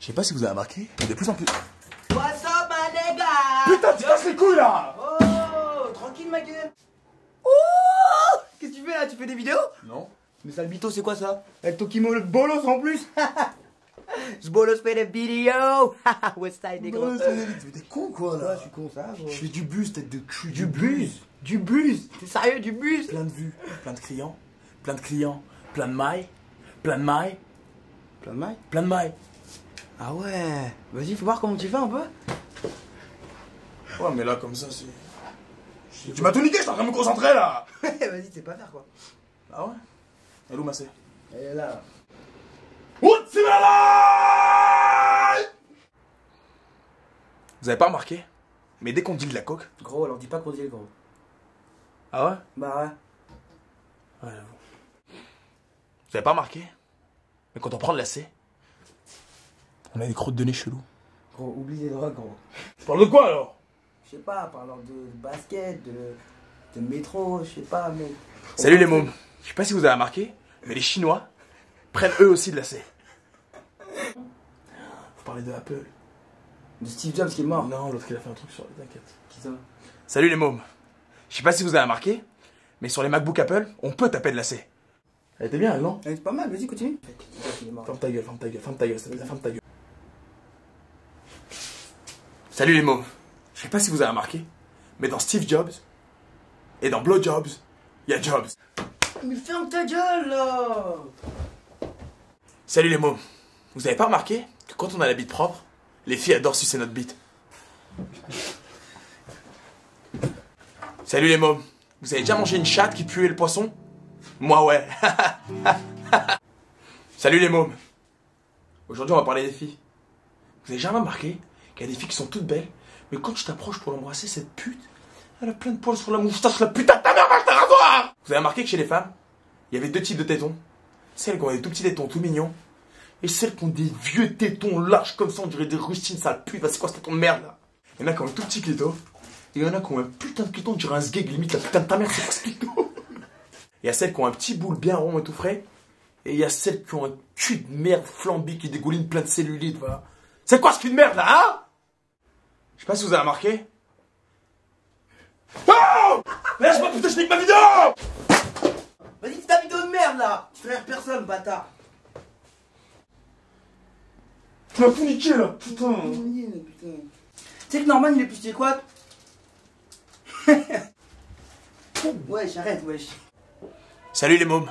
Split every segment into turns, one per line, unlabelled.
Je sais pas si vous avez remarqué, mais de plus en plus.
What's up, my nigga
Putain, tu casses les couilles là
Oh, tranquille, ma gueule Oh Qu'est-ce que tu fais là Tu fais des vidéos
Non
Mais sale bito, c'est quoi ça Avec ton kimono de bolos en plus Je bolos fait des vidéos Westside, des gros
Bah,
Ah,
Mais t'es con quoi là
je suis con, ça, gros.
Je fais du bus, tête de cul.
Du bus Du bus T'es sérieux, du bus
Plein de vues, plein de clients, plein de clients, plein de mailles, plein de mailles,
Plein de mailles
plein de mailles.
Ah ouais Vas-y, faut voir comment tu fais un peu
Ouais, mais là, comme ça, c'est. Tu m'as tout niqué, je suis en train de me concentrer là
Vas-y, c'est pas faire quoi
Ah ouais Elle est où ma sœur
Elle est là
Vous avez pas remarqué Mais dès qu'on dit de la coque.
Gros, alors dis pas qu'on dit gros
Ah ouais
Bah ouais
Ouais, j'avoue. Vous avez pas remarqué Mais quand on prend de la C, on a des crottes de nez chelou.
Gros, oublie les drogues, gros
Tu parles de quoi alors
Je sais pas, parlant de basket, de, de métro, je sais pas, mais.
Salut les mômes Je sais pas si vous avez remarqué, mais les Chinois prennent eux aussi de la C. Vous parlez de Apple
De Steve Jobs qui est mort.
Non, l'autre il a fait un truc sur. T'inquiète.
Qui ça
Salut les mômes Je sais pas si vous avez remarqué, mais sur les MacBook Apple, on peut taper de la C. Elle était bien, elle, non
Eh, C'est pas mal, vas-y, continue. Steve Jobs, il est mort.
Ferme ta gueule, ferme ta gueule, ferme ta gueule, s'il te plaît, ferme ta gueule. Salut les mômes. Je sais pas si vous avez remarqué, mais dans Steve Jobs et dans Blow Jobs, il y a Jobs.
Mais ferme ta gueule là
Salut les mômes. Vous avez pas remarqué que quand on a la bite propre, les filles adorent sucer notre bite. Salut les mômes. Vous avez déjà mangé une chatte qui puait le poisson Moi ouais. Salut les mômes. Aujourd'hui on va parler des filles. Vous avez jamais remarqué qu'il y a des filles qui sont toutes belles, mais quand tu t'approches pour l'embrasser, cette pute, elle a plein de poils sur la moustache, la putain de ta mère va te rasoir Vous avez remarqué que chez les femmes, il y avait deux types de tétons. Celles qui ont des tout petits tétons tout mignons, et celles qui ont des vieux tétons larges comme ça, on dirait des rustines, sale pute, bah, c'est quoi ce téton de merde là Il y en a qui ont un tout petit clito, et il y en a qui ont un putain de clito, on dirait un sgeg, limite la putain de ta mère, c'est quoi ce clito Il y a celles qui ont un petit boule bien rond et tout frais, et il y a celles qui ont un cul de merde flambé qui dégouline plein de cellulites, voilà. C'est quoi ce cul de merde là, hein Je sais pas si vous avez remarqué. Oh Lâche-moi putain, je nique ma vidéo
Vas-y, c'est ta vidéo de merde là Tu frères personne, bâtard
Tu m'as tout niqué là, putain
Tu sais que Norman il est plus stylé quoi Wesh, arrête, wesh.
Salut les mômes.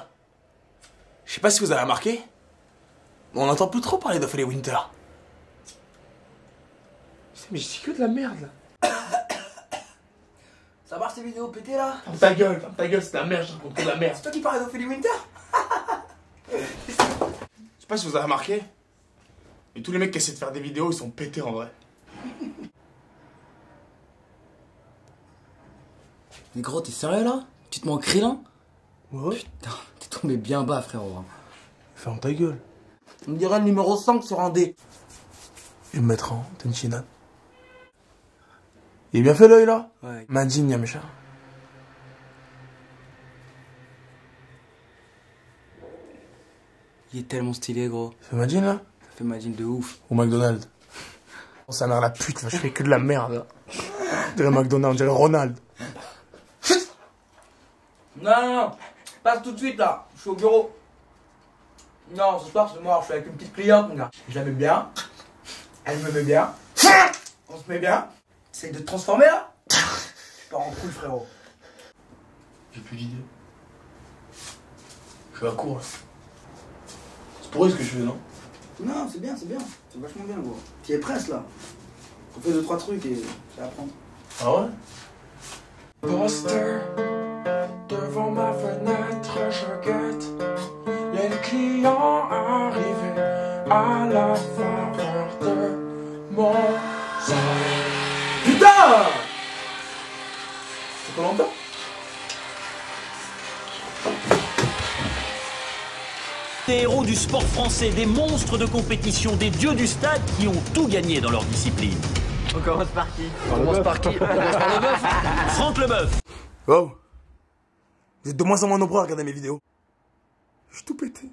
Je sais pas si vous avez remarqué, mais on n'entend plus trop parler d'Ophélie Winter. Putain, mais je dis que de la merde là.
Ça marche ces vidéos pétées là
Ferme ta gueule, ferme ta gueule, c'est de la merde, je raconte que de la merde.
C'est toi qui parles d'Ophélie Winter
Je sais pas si vous avez remarqué, mais tous les mecs qui essaient de faire des vidéos, ils sont pétés en vrai.
Mais gros, t'es sérieux là Tu te manques là Putain, t'es tombé bien bas, frérot. hein.
Ferme ta gueule.
On dirait le numéro 5 sur un dé.
Et hein, me mettre en Tenchinan. Il est bien fait l'œil là
Ouais.
Madine Yamcha.
Il est tellement stylé, gros.
C'est Madine là
Ça fait Madine de ouf.
Au McDonald's. Oh, sa mère la pute, là, je fais que de la merde là. On dirait McDonald's, on dirait Ronald.
Non, non, non. Passe tout de suite là. Je suis au bureau. Non, ce soir, c'est mort. Je suis avec une petite cliente, mon gars. Je la mets bien. Elle me met bien. On se met bien. Essaye de te transformer là. Tu pars en couille, frérot.
J'ai plus d'idées. Je suis à court là. C'est pour eux ce que je fais, non
Non, c'est bien, c'est bien. C'est vachement bien, gros. Tu es presse là. On fait deux, trois trucs et tu vas apprendre.
Ah ouais
Poster devant ma fenêtre, je guette les clients arrivés à la faveur de mon salaire.
Putain C'est Colanta
Des héros du sport français, des monstres de compétition, des dieux du stade qui ont tout gagné dans leur discipline. On commence par qui On commence par qui On commence par le bœuf Franck Leboeuf
Wow Vous êtes de moins en moins nombreux à regarder mes vidéos. Je suis tout pété.